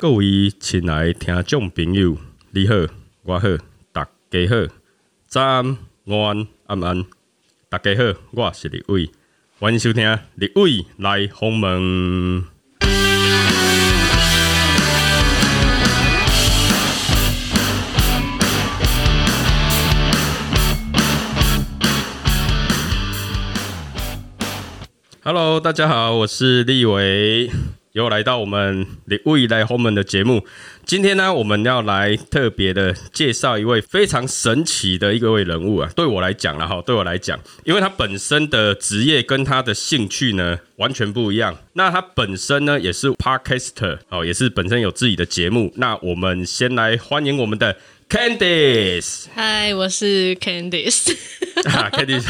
各位亲爱的听众朋友，你好，我好，大家好，早安、午安、晚安，大家好，我是李伟，欢迎收听李伟来访问。Hello，大家好，我是立伟，又来到我们李未来 home 的节目。今天呢，我们要来特别的介绍一位非常神奇的一个位人物啊。对我来讲了哈，对我来讲，因为他本身的职业跟他的兴趣呢完全不一样。那他本身呢也是 podcaster 哦，也是本身有自己的节目。那我们先来欢迎我们的 Candice 嗨，我是 Candice。啊，Candice。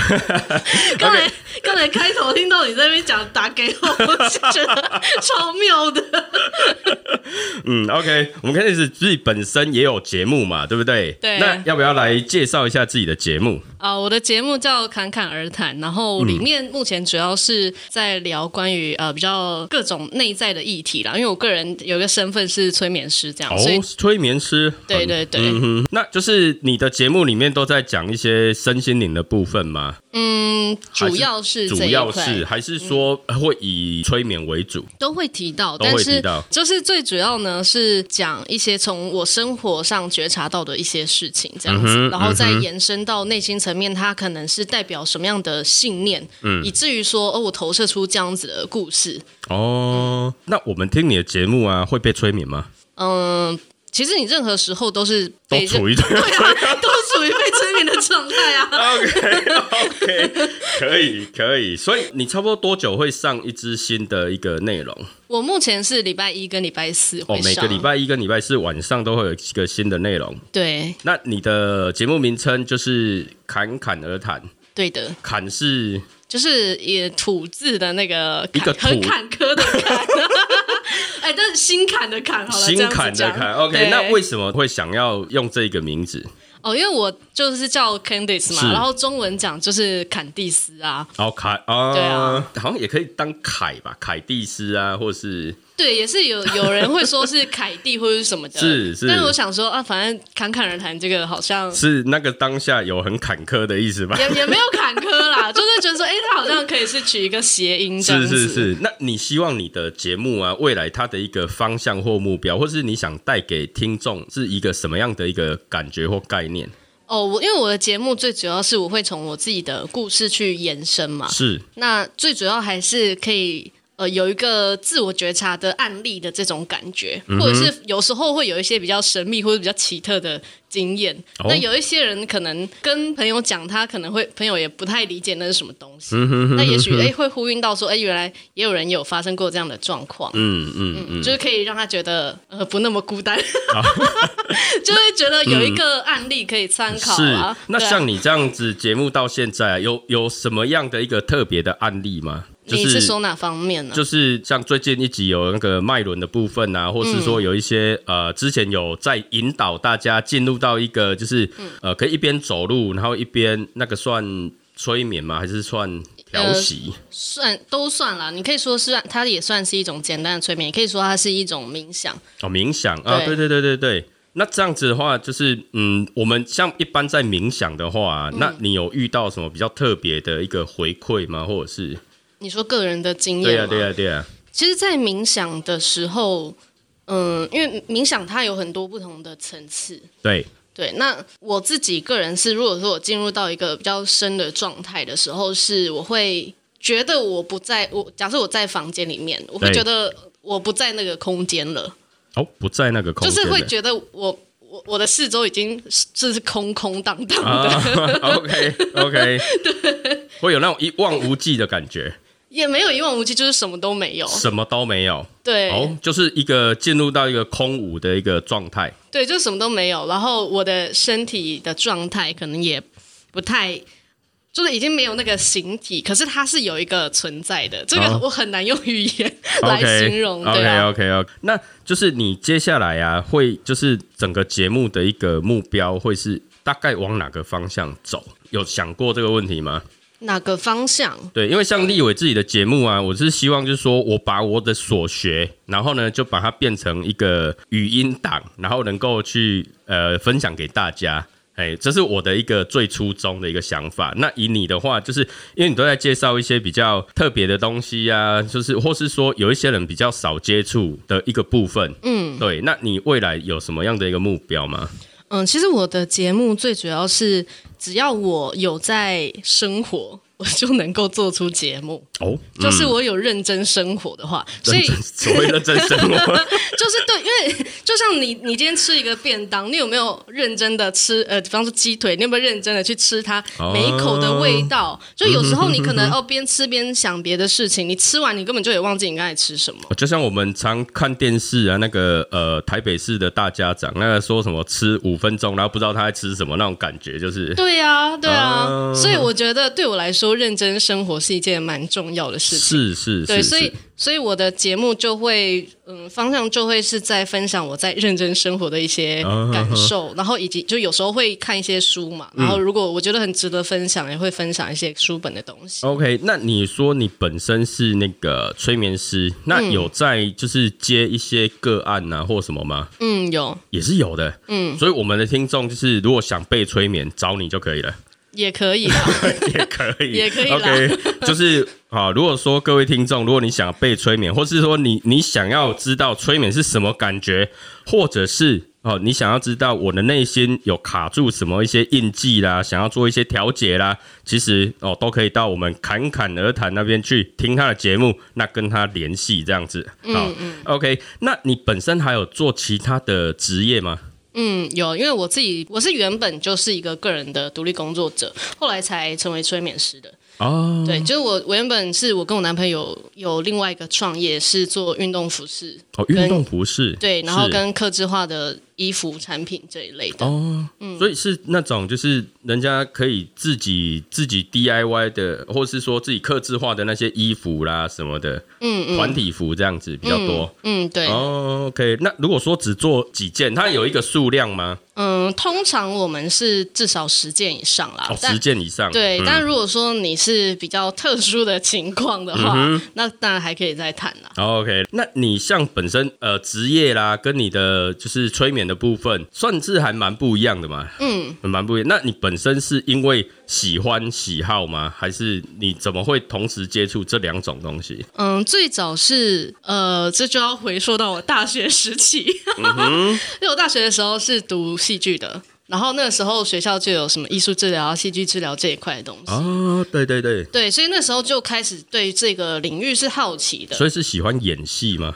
刚才刚才开头听到你在那边讲打给我，我是觉得超 妙的。嗯，OK，我们开始自己本身也有节目嘛，对不对？对那要不要来介绍一下自己的节目？啊、我的节目叫《侃侃而谈》，然后里面目前主要是在聊关于呃比较各种内在的议题啦，因为我个人有一个身份是催眠师，这样，哦所以，催眠师。对嗯对对。嗯，那就是你的节目里面都在讲一些身心灵的部分吗？嗯，主要是主这一要块嗯是还是说会以催眠为主？都会提到，都会但提是到就是最主要呢是讲一些从我生活上觉察到的一些事情，这样子，嗯哼然后再延伸到内心层面，它可能是代表什么样的信念，嗯以至于说哦，我投射出这样子的故事，哦，那我们听你的节目啊，会被催眠吗？嗯。其实你任何时候都是都被处于这个 对啊，都处于被催眠的状态啊。 OK OK，可以可以。所以你差不多多久会上一支新的一个内容？我目前是礼拜一跟礼拜四哦会，每上，个礼拜一跟礼拜四晚上都会有一个新的内容。对那你的节目名称就是“侃侃而谈对的”，，侃是就是也土字的那个一个坎很土坎坷的坎， 哎、但是心坎的坎，好了，心这样子坎的讲坎。OK，对那为什么会想要用这个名字？哦，因为我就是叫是 Candice 嘛，然后中文讲就是坎蒂斯啊，哦，凯啊，对啊，好像也可以当凯吧，凯蒂斯啊，或是对，也是有有人会说是凯蒂或者是什么的，是是但我想说啊，反正侃侃而谈这个好像。 是那个当下有很坎坷的意思吧？也也没有坎坷啦，就是觉得说，哎、他好像可以是取一个谐音这 样是子。是是，那你希望你的节目啊，未来它的一个方向或目标，或是你想带给听众是一个什么样的一个感觉或概念？哦，我因为我的节目最主要是我会从我自己的故事去延伸嘛，是那最主要还是可以呃有一个自我觉察的案例的这种感觉，嗯或者是有时候会有一些比较神秘或者比较奇特的经验。哦那有一些人可能跟朋友讲，他可能会朋友也不太理解那是什么东西。嗯那也许哎、会呼应到说，哎、原来也有人有发生过这样的状况。嗯嗯嗯，哦就是可以让他觉得呃不那么 孤单， 就会觉得有一个案例可以参考啊。嗯那对啊像你这样子节目到现在啊，有有什么样的一个特别的案例吗？就你是说哪方面呢、就是像最近一集有那个脉轮的部分啊，或是说嗯有一些、呃，之前有在引导大家进入到一个就是、嗯呃，可以一边走路，然后一边那个算催眠吗？还是算调息？算都算啦，你可以说是它也算是一种简单的催眠，也可以说它是一种冥想。哦，冥想啊，对呃对对对对对。那这样子的话，就是嗯，我们像一般在冥想的话啊、嗯那你有遇到什么比较特别的一个回馈吗？或者是你说个人的经对验呀、吗？对呀、啊对呀、其实，在冥想的时候，嗯，因为冥想它有很多不同的层次。对，对，那我自己个人是，如果说我进入到一个比较深的状态的时候，是我会觉得我不在我假设我在房间里面，我会对觉得我不在那个空间了，哦，不在那个空就间是了，会觉得我我我的四周已经是就是空空荡荡的。 啊 ，OK OK，会有那种一望无际的感觉，也没有一望无际，就是什么都没有。什么都没有，对、哦，就是一个进入到一个空无的一个状态，对，就什么都没有。然后我的身体的状态可能也不太，就是已经没有那个形体，可是它是有一个存在的。这个哦我很难用语 言来形容，对啊。 OK OK OK，那就是你接下来啊，会就是整个节目的一个目标会是大概往哪个方向走？有想过这个问题吗？哪个方向？对，因为像立伟自己的节目啊，我是希望就是说我把我的所学，然后呢就把它变成一个语音档，然后能够去呃分享给大家。哎，这是我的一个最初衷的一个想法。那以你的话，就是因为你都在介绍一些比较特别的东西啊，就是或是说有一些人比较少接触的一个部分。嗯，对。那你未来有什么样的一个目标吗？嗯，其实我的节目最主要是，只要我有在生活，我就能够做出节目。哦，就是我有认真生活的话，所以认真 所谓认真生活。 就是对，因为就像你，你今天吃一个便当，你有没有认真的吃？呃，比方说鸡腿，你有没有认真的去吃它哦每一口的味道？就有时候你可能哦边吃边想别的事情，你吃完你根本就也忘记你刚才吃什么。哦就像我们常看电视啊，那个呃台北市的大家长，那个说什么吃五分钟，然后不知道他在吃什么那种感觉，就是对啊，对啊，哦所以我觉得对我来说，认真生活是一件蛮重要的事情。是是对，是所以是，所以我的节目就会，嗯，方向就会是在分享我在认真生活的一啊些感受，然后以及就有时候会看一些书嘛，嗯然后如果我觉得很值得分享，也会分享一些书本的东西。 OK，那你说你本身是那个催眠师，那嗯有在就是接一些个案啊或什么吗？嗯，有也是有的，嗯，所以我们的听众就是如果想被催眠，找你就可以了。也可以啦， 也可以， 也可以啦 OK，就是好。如果说各位听众，如果你想被催眠，或是说你你想要知道催眠是什么感觉，或者是哦你想要知道我的内心有卡住什么一些印记啦，想要做一些调节啦，其实哦都可以到我们侃侃而谈那边去听他的节目，那跟他联系这样子。嗯好、o k 那你本身还有做其他的职业吗？嗯，有，因为我自己我是原本就是一个个人的独立工作者，后来才成为催眠师的。哦，对，就是我我原本是我跟我男朋友有另外一个创业是做运动服饰，哦，运动服饰，对，然后是跟客制化的衣服产品这一类的。哦，所以是那种就是人家可以自己自己 DIY 的，或是说自己刻制化的那些衣服啦什么的，嗯嗯，团体服这样子比较多。嗯，对，哦，OK，那如果说只做几件，它有一个数量吗？嗯，通常我们是至少十件以上啦。哦，但十件以上。啊对，嗯但如果说你是比较特殊的情况的话，嗯那当然还可以再谈啦。哦 OK，那你像本身呃职业啦，跟你的就是催眠的部分，算是还蛮不一样的嘛。嗯，蛮不一样。那你本身是因为喜欢喜好吗？还是你怎么会同时接触这两种东西？嗯，最早是呃，这就要回溯到我大学时期，嗯 因为我大学的时候是读戏剧的，然后那个时候学校就有什么艺术治疗、啊戏剧治疗这一块的东西。哦，对对对，对，所以那时候就开始对这个领域是好奇的。所以是喜欢演戏吗？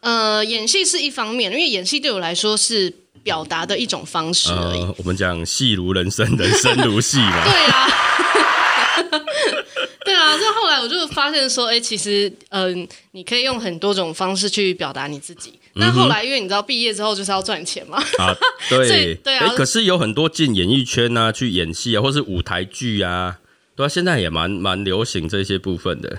呃，演戏是一方面，因为演戏对我来说是表达的一种方式而已。呃，我们讲戏如人生，人生如戏嘛。 对啊，对啊，这后来我就发现说，哎、其实，嗯、你可以用很多种方式去表达你自己。那后嗯来，因为你知道毕业之后就是要赚钱嘛， 啊，所对以对啊诶可是有很多进演艺圈啊，去演戏啊，或是舞台剧啊，对啊，现在也蛮蛮流行这些部分的。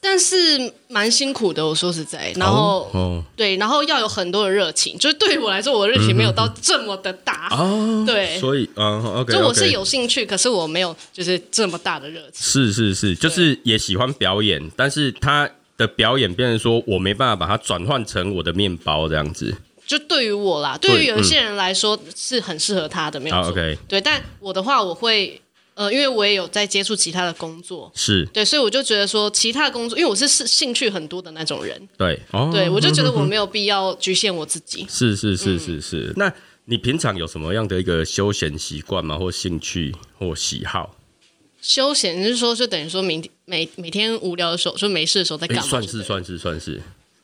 但是蛮辛苦的。我说实在，然后、哦哦对，然后要有很多的热情，就是对于我来说，我的热情没有到这么的大。哦，对所以嗯，OK，就我是 OK 有兴趣，可是我没有就是这么大的热情。是是是，就是也喜欢表演，但是他的表演变成说我没办法把它转换成我的面包这样子。就对于我啦，对于有一些人来说是很适合他的，没有好嗯错。啊，OK，对，但我的话，我会呃，因为我也有在接触其他的工作，是对，所以我就觉得说，其他的工作，因为我是是兴趣很多的那种人，对哦，对我就觉得我没有必要局限我自己。是是是嗯是是。那你平常有什么样的一个休闲习惯吗？或兴趣或喜好？休闲就是说，就等于说明天每每天无聊的时候，就没事的时候在诶干嘛？算是，算是算是。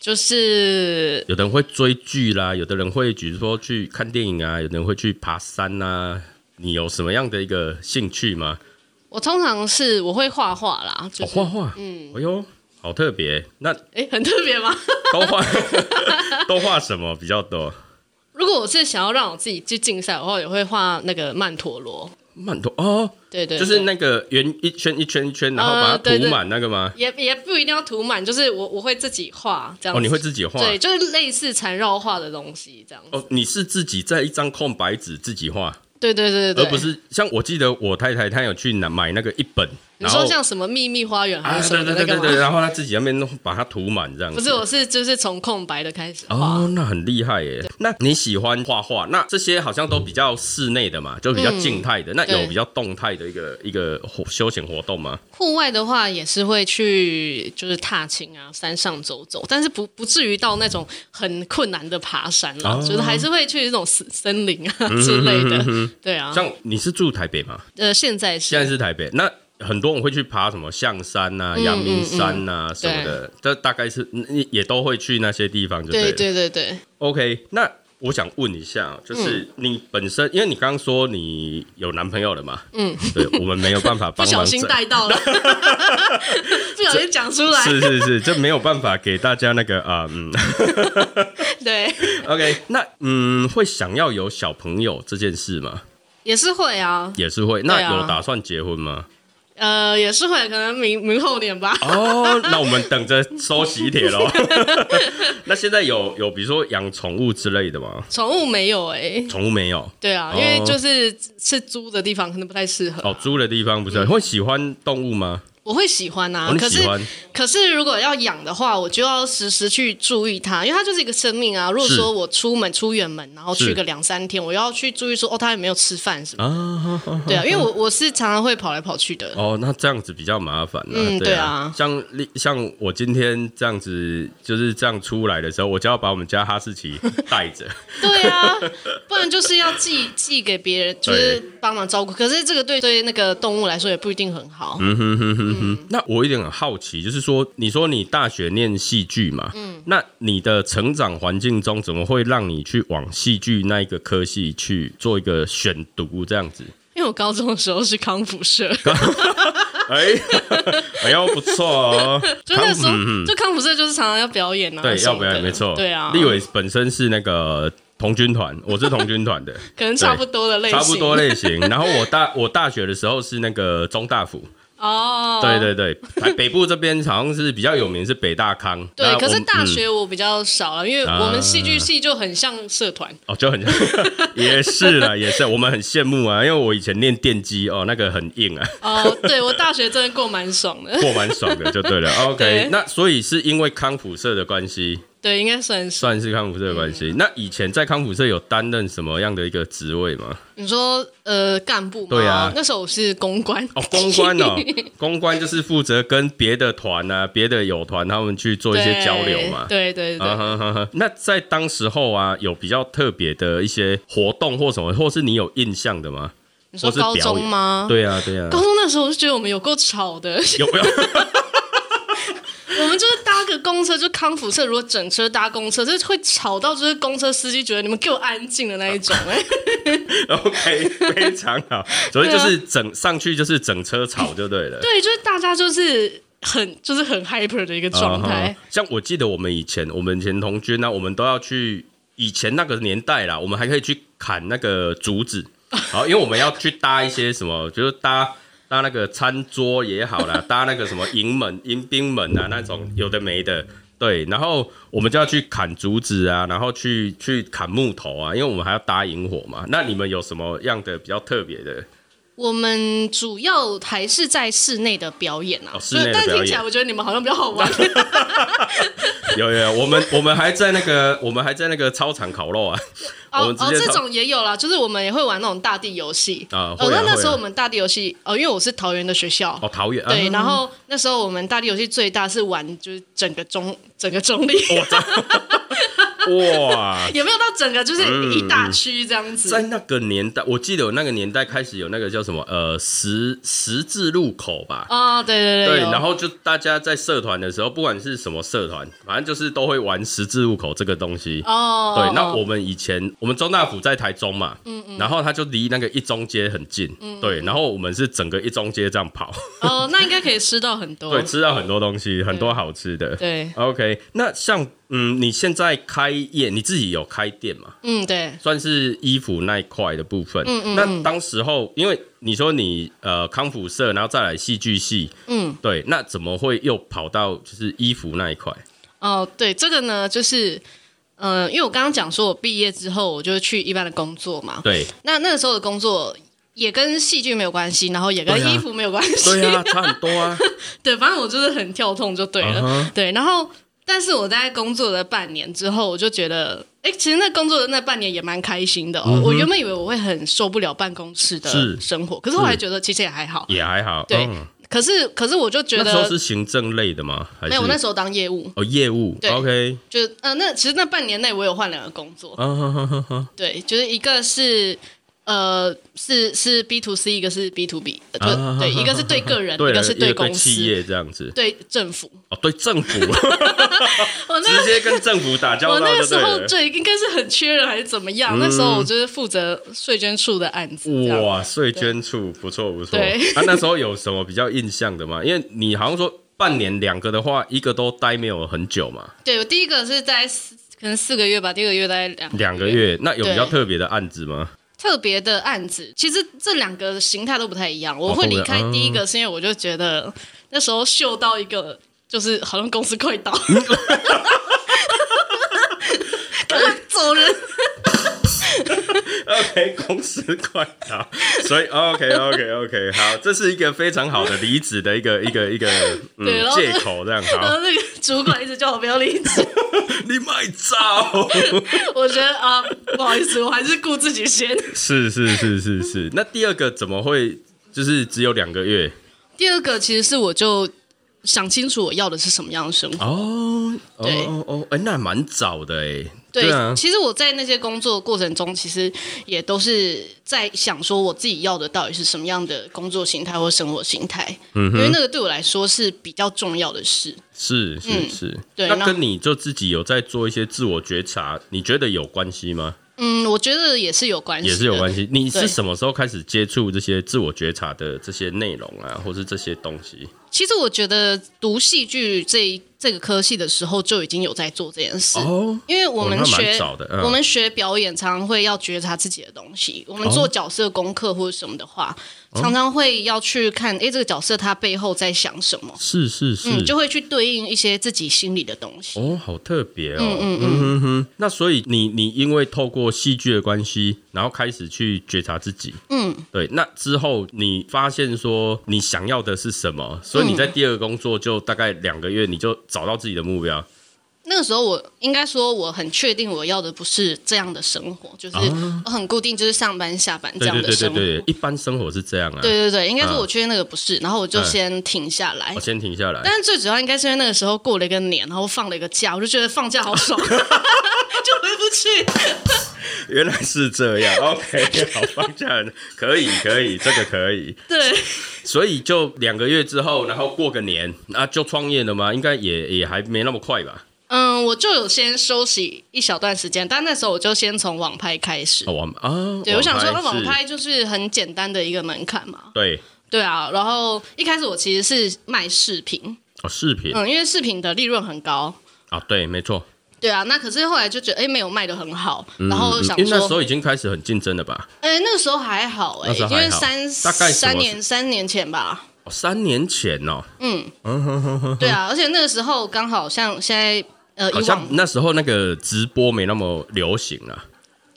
就是有的人会追剧啦，有的人会比如说去看电影啊，有的人会去爬山啊。你有什么样的一个兴趣吗？我通常是我会画画啦，就哦，是画画。嗯，哎呦，好特别。那哎、很特别吗？ 都画 都画什么比较多？如果我是想要让我自己去竞赛的话，我也会画那个曼陀罗，曼陀哦，对对就是对那个圆一圈一圈一圈，然后把它呃对涂对满那个吗？也也不一定要涂满，就是我我会自己画这样哦，子。你会自己画？对，就是类似缠绕画的东西这样子。哦，你是自己在一张空白纸自己画？对对对对对，而不是像我记得我太太她有去拿买那个一本你然说后像什么秘密花园还啊，是什对对么的那对个对吗？对，然后他自己在那边弄把它涂满这样子。不是，我是就是从空白的开始画。哦，那很厉害耶。那你喜欢画画，那这些好像都比较室内的嘛，就比较静态的。那有嗯对比较动态的一个一个活休闲活动吗？户外的话也是会去就是踏青啊，山上走走，但是不不至于到那种很困难的爬山啦，哦嗯就是还是会去那种森森林啊之类的。 对啊，像你是住台北吗？呃，现在是现在是台北，那很多人会去爬什么象山嗯呐、阳明山呐、什么的，这大概是你也都会去那些地方就对对了对对对， OK，那我想问一下，就是嗯你本身，因为你刚刚说你有男朋友了嘛？嗯，对，我们没有办法 不帮小忙心整带 到了，不小心讲出来，是是是，这没有办法给大家那个啊，嗯对， ，OK，那嗯，会想要有小朋友这件事吗？也是会啊，也是会，对那啊有打算结婚吗？呃，也是会，可能明明后年吧。哦，那我们等着收喜帖喽。 那现在有有比如说养宠物之类的吗？宠物没有哎、宠物没有对啊，哦因为就是是租的地方可能不太适合。哦，租的地方不是、会喜欢动物吗？我会喜欢嗯啊，哦，你可是喜欢可是如果要养的话，我就要时时去注意它，因为它就是一个生命啊。如果是说我出门出远门，然后是去个两三天，我要去注意说哦，它有没有吃饭什么？啊？对啊，因为我我是常常会跑来跑去的。哦，那这样子比较麻烦了、嗯对对啊像例像我今天这样子，就是这样出来的时候，我就要把我们家哈士 奇带着。 对啊，不然就是要寄寄给别人，就是帮忙照顾。可是这个对对那个动物来说也不一定很好。嗯哼哼哼哼。那我有点好奇，就是说，你说你大学念戏剧嘛，嗯，那你的成长环境中怎么会让你去往戏剧那一个科系去做一个选读这样 子？因为我高中的时候是康复社，哎，哎呦，不错 哦。就那时候康嗯嗯就康复社就是常常要表演啊，对，什要么不的然没错。对啊，立伟本身是那个童军团，我是童军团的。可能差不多的类型，差不多类型。然后我 大我大学的时候是那个中大附，哦，对对对，台北部这边好像是比较有名是北大康。那对，我可是们嗯大、啊学我比较少啊了，因为我们戏剧系就很像社团，哦就 很也是啦，也是我们很羡慕啊，因为我以前练电机哦，那个很 硬啊，哦，对我大学真的过蛮爽的，过蛮爽的就对了。OK，对那所以是因为康复社的关系，对，应该算是。算是康复社的关系。嗯那以前在康复社有担任什么样的一个职位吗？你说呃干部吗？对啊那时候我是公关， 哦，公关哦，公关就是负责跟别的团啊、别的友团他们去做一些交流嘛。对对对对啊哈哈哈那在当时候啊，有比较特别的一些活动或什么，或是你有印象的吗？你或说是高表中演吗？对啊，对啊，高中那时候我就觉得我们有够吵的，有没有？ 我们就是搭个公车，就康复社，如果整车搭公车，就是会吵到，就是公车司机觉得你们给我安静的那一 种、哎， OK，非 常好。所以就是整上去就是整车吵就对了。对，就是大家就是很就是很 hyper 的一个状态啊哈。像我记得我们以前，我们以前童军呢、啊我们都要去以前那个年代啦，我们还可以去砍那个竹 子，好，因为我们要去搭一些什么，就是搭。搭那个餐桌也好 啦，搭那个什么营门、迎宾门啊，那种有的没的，对。然后我们就要去砍竹子啊，然后去去砍木头啊，因为我们还要搭萤火嘛。那你们有什么样的比较特别的？我们主要还是在室内的表演啊，哦室内的但表演听起来我觉得你们好像比较好 玩。有有有，我们我们还在那个我们还在那个操场烤肉啊，我哦们直哦，接这操种也有啦，就是我们也会玩那种大地游戏啊哦会，啊那会啊那时候我们大地游戏，哦，因为我是桃园的学校。哦桃园对，啊然后那时候我们大地游戏最大是玩就是整个中整个中立，哦哇， 有没有到整个就是一大区这样子？嗯在那个年代，我记得有那个年代开始有那个叫什么呃十十字路口吧。哦，对对对，有然后就大家在社团的时候，不管是什么社团，反正就是都会玩十字路口这个东西。哦，对，那哦我们以前我们中大府在台中嘛，嗯嗯，然后它就离那个一中街很近，嗯对，然后我们是整个一中街这样跑，哦，那应该可以吃到很多对，。吃到很多东西，很多好吃的。哦对， OK，那像嗯，你现在开业，你自己有开店吗？嗯，对，算是衣服那一块的部分。嗯嗯那当时候，因为你说你呃康复社，然后再来戏剧系，嗯，对，那怎么会又跑到就是衣服那一块？哦，对，这个呢，就是，呃，因为我刚刚讲说我毕业之后，我就去一般的工作嘛。 对，那那个时候的工作，也跟戏剧没有关系，然后也跟对啊衣服没有关系，对啊，差很多啊。对，反正我就是很跳痛就对了。嗯哼对，然后但是我在工作了半年之后，我就觉得，哎，其实那工作的那半年也蛮开心的哦。我原本以为我会很受不了办公室嗯是的生活，可是后来觉得其实也还好。 也还好。对嗯可是可是我就觉那时候得是行政类的吗？还是没有，我那时候当业务，哦业务对？OK，就呃，那其实那半年内我有换两个工作，啊哈哈哈哈，对，就是一个是。呃，是是 B to C，一个是 B to B，就、呃啊对，一个是对个人，对一了，个是一公企司，业这样子。对政 府。哦，对政府， 我那直接跟政府打交 我道那就个时对候了。嗯对应该是很缺人还是怎么样？那时候我就是负责税捐处的案子，这样哇，税捐处不错不错。对啊，那时候有什么比较印象的吗？因为你好像说半年两个的话，一个都待没有很久嘛，对我第一个是在四可能四个月吧，第二个月大概两两个。月。那有比较对特别的案子吗？特别的案子，其实这两个形态都不太一样。我会离开哦都不一样嗯第一个是因为我就觉得那时候嗅到一个，就是好像公司快 倒，赶快走人。 OK，公司快倒，所以 OK OK OK，好，这是一个非常好的离职的一个一个一个嗯对然后借口，这样然 好，后那个主管一直叫我不要离职，你卖照，我觉得啊、不好意思，我还是顾自己先。是是是是 是。那第二个怎么会就是只有两个月？第二个其实是我就想清楚我要的是什么样的生活。哦，哦对哦哦，哎、那蛮早的哎，对，啊，其实我在那些工作的过程中，其实也都是在想说我自己要的到底是什么样的工作形态或生活形态，嗯因为那个对我来说是比较重要的事。是是是。对嗯那那跟你就自己有在做一些自我觉察，你觉得有关系吗？嗯，我觉得也是有关系，也是有关系。系。你对是什么时候开始接触这些自我觉察的这些内容啊，或是这些东西？其实我觉得读戏剧这一这个科系的时候就已经有在做这件事。哦，因为我哦那们蛮学、早的嗯我们学表演，常常会要觉察自己的东西。我们哦做角色功课或者什么的话，常常会要去看，诶，这个角色他背后在想什么，是是是，嗯，就会去对应一些自己心里的东西。哦，好特别哦，嗯嗯哼哼。那所以你你因为透过戏剧的关系，然后开始去觉察自己，嗯，对。那之后你发现说你想要的是什么，所以你在第二个工作就大概两个月，你就找到自己的目标，那个时候，我应该说我很确定我要的不是这样的生活，就是我很固定，就是上班下班这对样对的哦对对嗯生活。对，一般生活是这样啊。对对对应该是嗯我确定那个不是，然后我就先停下来我。先嗯哦停下来，但是最主要应该是因为那个时候过了一个年，然后放了一个假，我就觉得放假好 爽， 就回不去。原来是这 样。OK，好，放下来，可以可以，这个可以。对，所以就两个月之后，然后过个年，啊，就创业了吗？应该也也还没那么快吧？嗯，我就有先休息一小段时间，但那时候我就先从网拍开始。哦，网啊，对，我想说，那是网拍就是很简单的一个门槛嘛。对，对啊，然后一开始我其实是卖饰品，哦，饰品、嗯，因为饰品的利润很高。啊，对，没错。对啊，那可是后来就觉得，哎，没有卖的很好，然后嗯想因为那时说，候已经开始很竞争了吧？哎、那个时候还好、那哎，时候因还好为三大概什么三年三年前吧，哦、三年前哦，对啊，而且那个时候刚好像现在，呃，嗯好以像往那时候那个直播没那么流行了，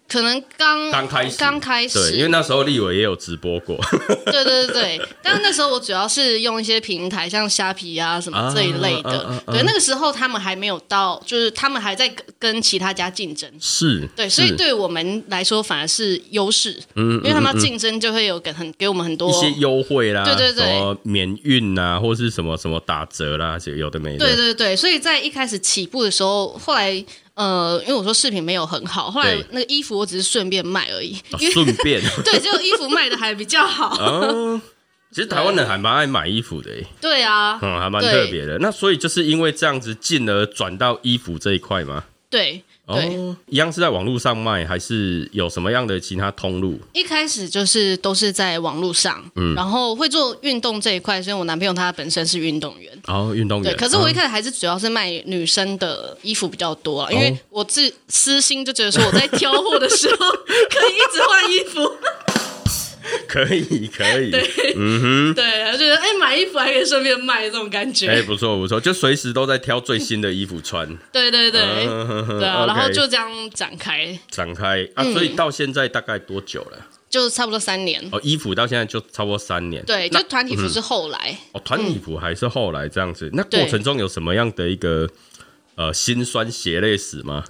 可能刚刚开始，刚开始，对，因为那时候立伟也有直播过， 对对对对，但那时候我主要是用一些平台，像虾皮啊什么这一类的。啊啊啊啊对，那个时候他们还没有到，就是他们还在跟跟其他家竞争。是，对，所以是对我们来说反而是优势，嗯，因为他们要竞争就会有给很给我们很多一，些优惠啦，对对什对么免运啊，或是什么什么打折啦，就有的没的，对对对，所以在一开始起步的时候，后来呃，因为我说饰品没有很好，后来对那个衣服我只是顺便卖而已，哦顺、便 对，只有衣服卖的还比较 好，哦。其实台湾人还蛮爱买衣服的耶，对啊，嗯，还蛮对特别的。那所以就是因为这样子，进而转到衣服这一块吗？对对，哦，一样是在网络上卖，还是有什么样的其他通路？一开始就是都是在网络上，嗯然后会做运动这一块，所以我男朋友他本身是运动员。然后运动对，员，可是我一啊开始还是主要是卖女生的衣服比较哦多啊，因为我自 私心就觉得说我在挑货的时候可以一直换衣服，可以可 以，嗯对，然后觉得哎、买衣服还可以顺便卖这种感觉。哎、不错不错，就随时都在挑最新的衣服穿，对对 对，对啊， OK 然后就嗯这样展开，展开啊，所以到现在大概多久了？就差不多三年。哦，衣服到现在就差不多三年，对，那就团体服是后来，哦，团体服还是后来这样子，那对过程中有什么样的一个呃辛酸血泪史吗？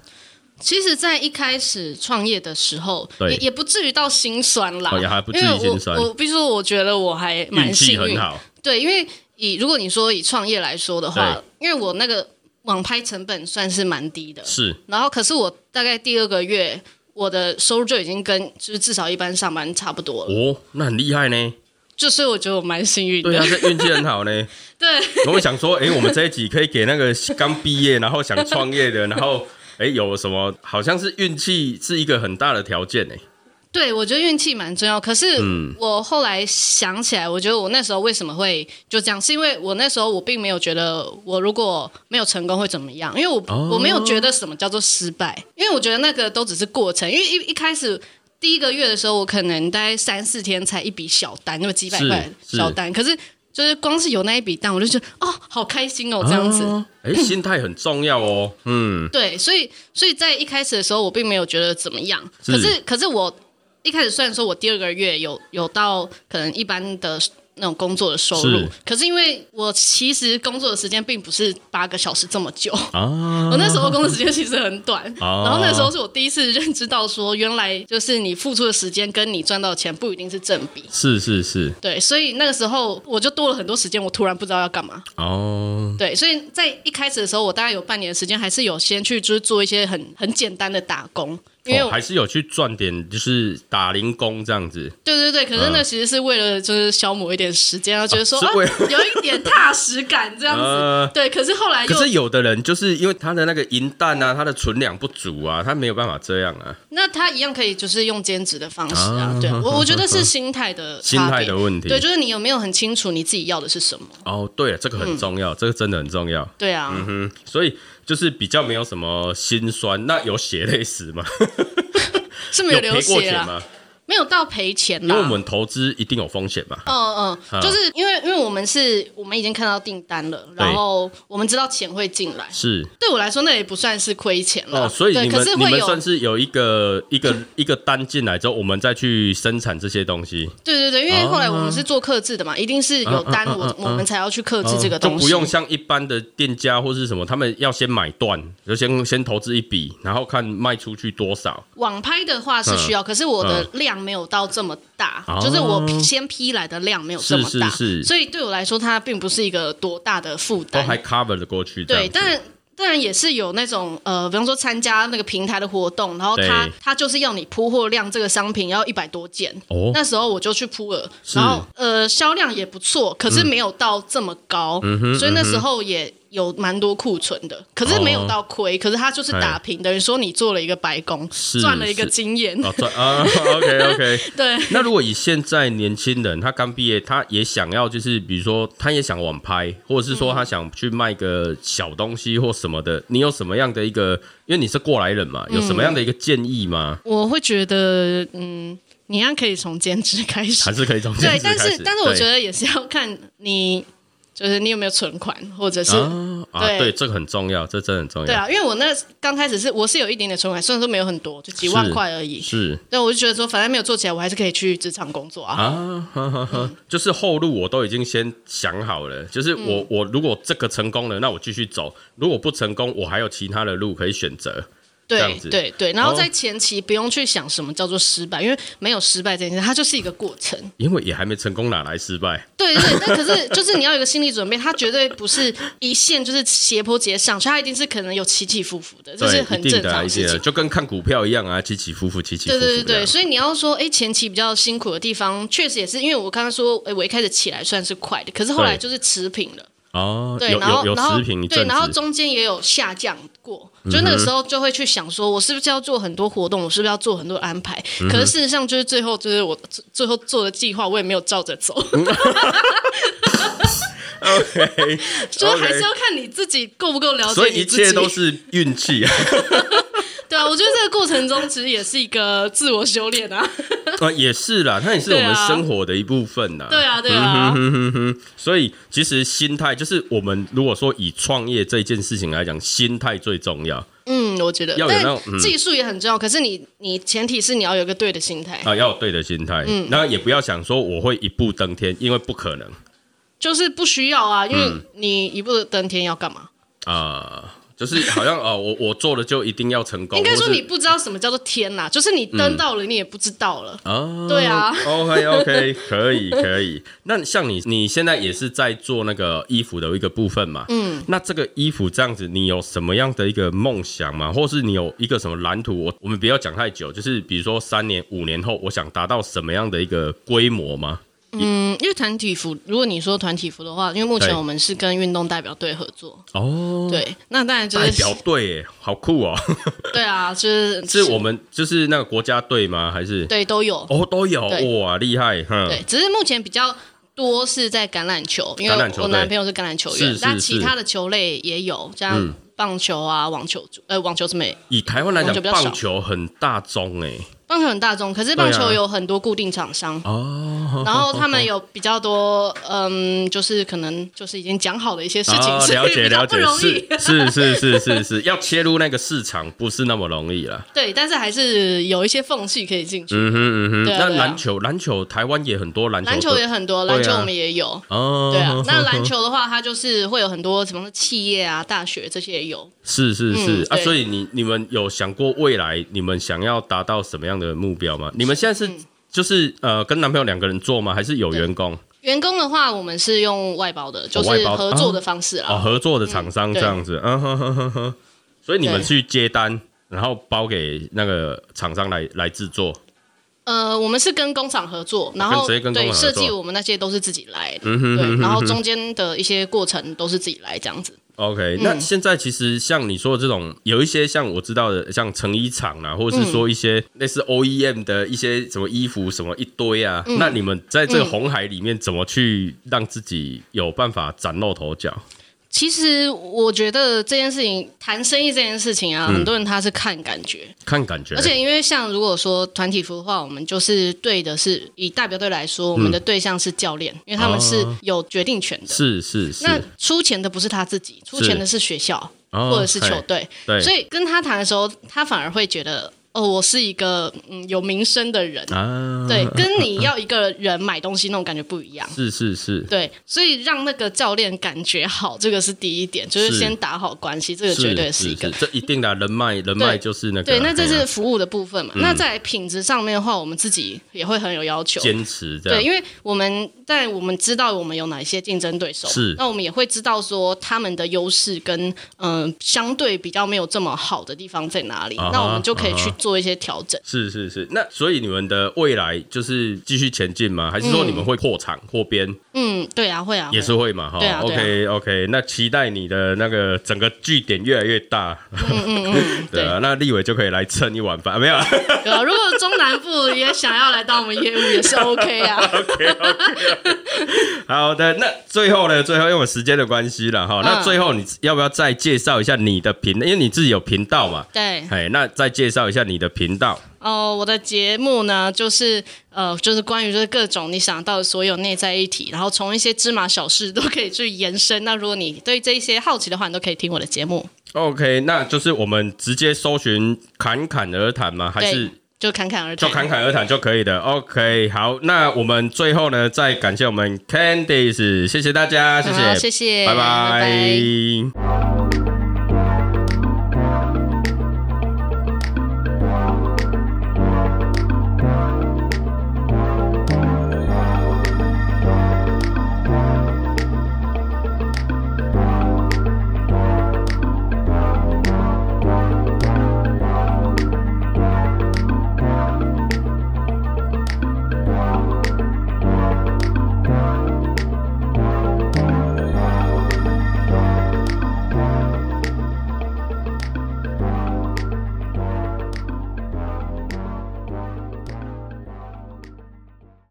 其实，在一开始创业的时候，对也也不至于到心酸啦，哦也还不至于因为我心酸我必须说，我觉得我还蛮运气幸很运，好，对，因为以如果你说以创业来说的话，因为我那个网拍成本算是蛮低的，是然后可是我大概第二个月，我的收入就已经跟就是至少一般上班差不多了，哦，那很厉害呢。就是我觉得我蛮幸运的，对啊，这运气很好呢。 对我会想说，哎、我们这一集可以给那个刚毕业然后想创业的，然后哎、有什么？好像是运气是一个很大的条件呢。对，我觉得运气蛮重要。可是嗯我后来想起来，我觉得我那时候为什么会就这样，是因为我那时候我并没有觉得我如果没有成功会怎么样，因为我、哦我没有觉得什么叫做失败，因为我觉得那个都只是过程。因为一一开始第一个月的时候，我可能大概三四天才一笔小单，那么几百是块是小单，可是就是光是有那一笔单，我就觉得哦，好开心哦，这样子。啊，哎、心态很重要哦。嗯，对，所以所以在一开始的时候，我并没有觉得怎么样。是可是可是我一开始虽然说我第二个月有有到可能一般的那种工作的收入，是可是因为我其实工作的时间并不是八个小时这么久，啊，我那时候工作时间其实很短。 哦然后那时候是我第一次认知到说，原来就是你付出的时间跟你赚到的钱不一定是正比。是是是，对，所以那个时候我就多了很多时间，我突然不知道要干嘛。哦，对，所以在一开始的时候，我大概有半年的时间，还是有先去就是做一些很很简单的打工，因为哦我、还是有去赚点，就是打零工这样子。对对对，可是那其实是为了就是消磨一点时间，然后觉得说嗯是啊为了有一点踏实感这样子。呃 对，可是后来可又是有的人就是因为他的那个银弹啊，他的存量不足啊，他没有办法这样啊，那他一样可以就是用兼职的方式啊，啊对哼我我觉 得是心态的心差态别的问题对，就是你有没有很清楚你自己要的是什么？哦，对了，这个很重要，这个真的很重要。对啊，嗯，所以就是比较没有什么心酸，那有血泪史吗？是 没有流赔过血啊钱啦，吗？没有到赔钱因啦。为我们投资一定有风险嘛。嗯啊嗯，就是因为因为我们是我们已经看到订单了，然后我们知道钱会进来，是对我来说那也不算是亏钱了。哦，所以啊对你可们是你会们有算是有一个一个一个单进来之后，我们再去生产这些东西，对对对，因为后来我们是做克制的嘛，一定是有单啊啊啊我啊我们才要去克制哦这个就东西，不用像一般的店家或是什么，他们要先买断，就先先投资一笔，然后看卖出去多少。网拍的话是需要，可是我的量没有到这么大，哦就是我先批来的量没有这么是大，是是所以对我来说它并不是一个多大的负都担。还 cover 的过去这对，样子，但当然也是有那种呃，比方说参加那个平台的活动，然后对他他就是要你铺货量，这个商品要一百多件。哦那时候我就去铺了，然后呃销量也不错，可是没有到这么高，嗯所以那时候也有蛮多库存的，可是没有到亏，可是他就是打平，等于说你做了一个白工哦哎是，赚了一个经验。哦 赚啊，OK OK，对，那如果以现在年轻人，他刚毕业，他也想要就是，比如说他也想网拍，或者是说他想去卖个小东西或什么的，你有什么样的一个？因为你是过来人嗯嘛，有什么样的一个建议吗？我会觉得嗯，你一样可以从兼职开始，还是可以从兼对，职但开是始但是我对觉得也是要看你，就是你有没有存款，或者是、啊啊，对对，这个很重要，这真的很重要。对啊，因为我那刚开始是我是有一点点存款，虽然说没有很多，就几万是块而已。是对，我就觉得说，反正没有做起来，我还是可以去职场工作啊。啊，呵呵呵就是后路我都已经先想好了，就是我、嗯我如果这个成功了，那我继续走；如果不成功，我还有其他的路可以选择。这对样子对对，然后哦在前期不用去想什么叫做失败，因为没有失败这件事，它就是一个过程。因为也还没成功，哪来失败？对对对，但 可是就是你要有一个心理准备，它绝对不是一线就是斜坡直接上去，它一定是可能有起起伏伏的，这对，是一很定正的啊常一的定事的情。就跟看股票一样啊，起起伏伏，起起伏对伏。对对对，，所以你要说，哎，前期比较辛苦的地方，确实也是因为我刚刚说，哎，我一开始起来算是快的，可是后来对就是持平了。哦，对，有然后有有然后持平一阵对，子，嗯然后中间也有下降过，就那个时候就会去想说，我是不是要做很多活动，我是不是要做很多安排？嗯可是事实上就是最后就是我最最后做的计划，我也没有照着走， OK， 就是还是 OK 要看你自己够不够了解所以你一自 己切都是运气啊。对啊，我觉得这个过程中其实也是一个自我修 炼啊。啊，也是啦，它也是我对们啊生活的一部分呐。对啊，对啊，嗯哼哼哼，所以其实心态就是我们如果说以创业这件事情来讲，心态最重要嗯，我觉得，要有但那种嗯技术也很重要。可是你，你前提是你要有一个对的心态，啊，要有对的心态。嗯那也不要想说我会一步登天，因为不可能就是不需要啊，因为嗯你一步登天要干嘛？啊、就是好像哦，我我做了就一定要成功。应该说哦或是你不知道什么叫做天呐、就是你登到了，你也不知道了。啊，对啊，OK OK，可以可以。那像你，你现在也是在做那个衣服的一个部分嘛？嗯，那这个衣服这样子，你有什么样的一个梦想吗？或是你有一个什么蓝图？我我们不要讲太久，就是比如说三年、五年后，我想达到什么样的一个规模吗？嗯，因为团体服，如果你说团体服的话，因为目前对我们是跟运动代表队合作，哦，对，那当然就代是表队耶，好酷 哦！对啊，就是是我们就是那个国家队吗？还是对都有，哦都有对哇，厉害！哼，对，只是目前比较多是在橄榄球，因为橄榄球我对男朋友是橄榄球是员是，嗯那其他的球类也有，像棒球啊、网球，呃，网球是没，以台湾来我们讲就，比较少棒球很大众哎，棒球很大众，可是对啊棒球有很多固定厂商。哦，然后他们有比 较多，嗯，就是可能就是已经讲好的一些事情，哦、所以了解比较了不解，容易。是是是是是是， 要切入那个市场不是那么容易了。 对，但是还是有一些缝隙可以进去。嗯哼嗯哼，对啊那对啊篮球篮球台湾也很多篮球篮球队也很多，对啊篮球我们也有。哦，对啊，那篮球的话，它就是会有很多什么企业啊、大学这些也有。是是是、嗯啊，对所以你你们有想过未来你们想要达到什么样的目标吗？你们现在是、嗯就是呃跟男朋友两个人做吗？还是有员工员工的话，我们是用外包的，就哦外是包合作的方式哦啦。合作的厂商嗯这对样子？嗯哼哼哼哼，所以你们对去接单，然后包给那个厂商来来制作。呃，我们是跟工厂合作，然哦跟后直接跟工厂对合作设计我们那些都是自己来，嗯哼哼对，哼然后哼中间的一些过程都是自己来这样子。嗯 OK，、那现在其实像你说的这种，有一些像我知道的，像成衣厂啊，或者嗯是说一些类似 OEM 的一些什么衣服什么一堆啊，嗯那你们在这个红海里面怎么去让自己有办法崭露头角？其实我觉得这件事情，谈生意这件事情嗯啊，很多人他是看感觉，看感觉，而且因为像如果说团体服的话，我们就是对的是以代表队来嗯说，我们的对象是教练，因为他们是有决定权的。哦是是是，那出钱的不是他自己，出钱的是学校哦或者是嘿球队，对，所以跟他谈的时候，他反而会觉得哦，我是一个嗯有名声的人，啊，对，跟你要一个人买东西那种感觉不一样。是是是，对，所以让那个教练感觉好，这个是第一点，就是是先打好关系，这个绝对是一个。这一定的啊人脉，人脉就是那个，对，那这嘿是啊服务的部分嘛？那在品质上面的话，我们自己也会很有要求。坚持这样，对，因为我们在我们知道我们有哪些竞争对手，是那我们也会知道说他们的优势跟嗯、呃相对比较没有这么好的地方在哪里啊哈那我们就可以啊哈去做一些调整。是是是，那所以你们的未来就是继续前进吗？还是说你们会扩厂扩编？嗯，对啊，会啊，也会是会嘛，哈、对啊 o 对 k OK，那期待你的那个整个据点越来越大，啊 对对啊，那立伟就可以来蹭一碗饭，啊没有啊 对啊。如果中南部也想要来当我们业务，也是 OK 啊。 ？OK OK，好的，那最后呢，最后因为我们时间的关系了哈，那嗯最后你要不要再介绍一下你的频，因为你自己有频道嘛， 对，哎，那再介绍一下你的频道，哦，我的节目呢，就是呃，就是关于就是各种你想到的所有内在议题，然后从一些芝麻小事都可以去延伸。那如果你对这一些好奇的话，你都可以听我的节目， OK，那就是我们直接搜寻侃侃而谈吗？还是对，就侃侃而就谈。侃侃而谈就可以的。OK，好，那我们最后呢，再感谢我们 Candice，谢谢大家，谢好谢，谢谢拜拜拜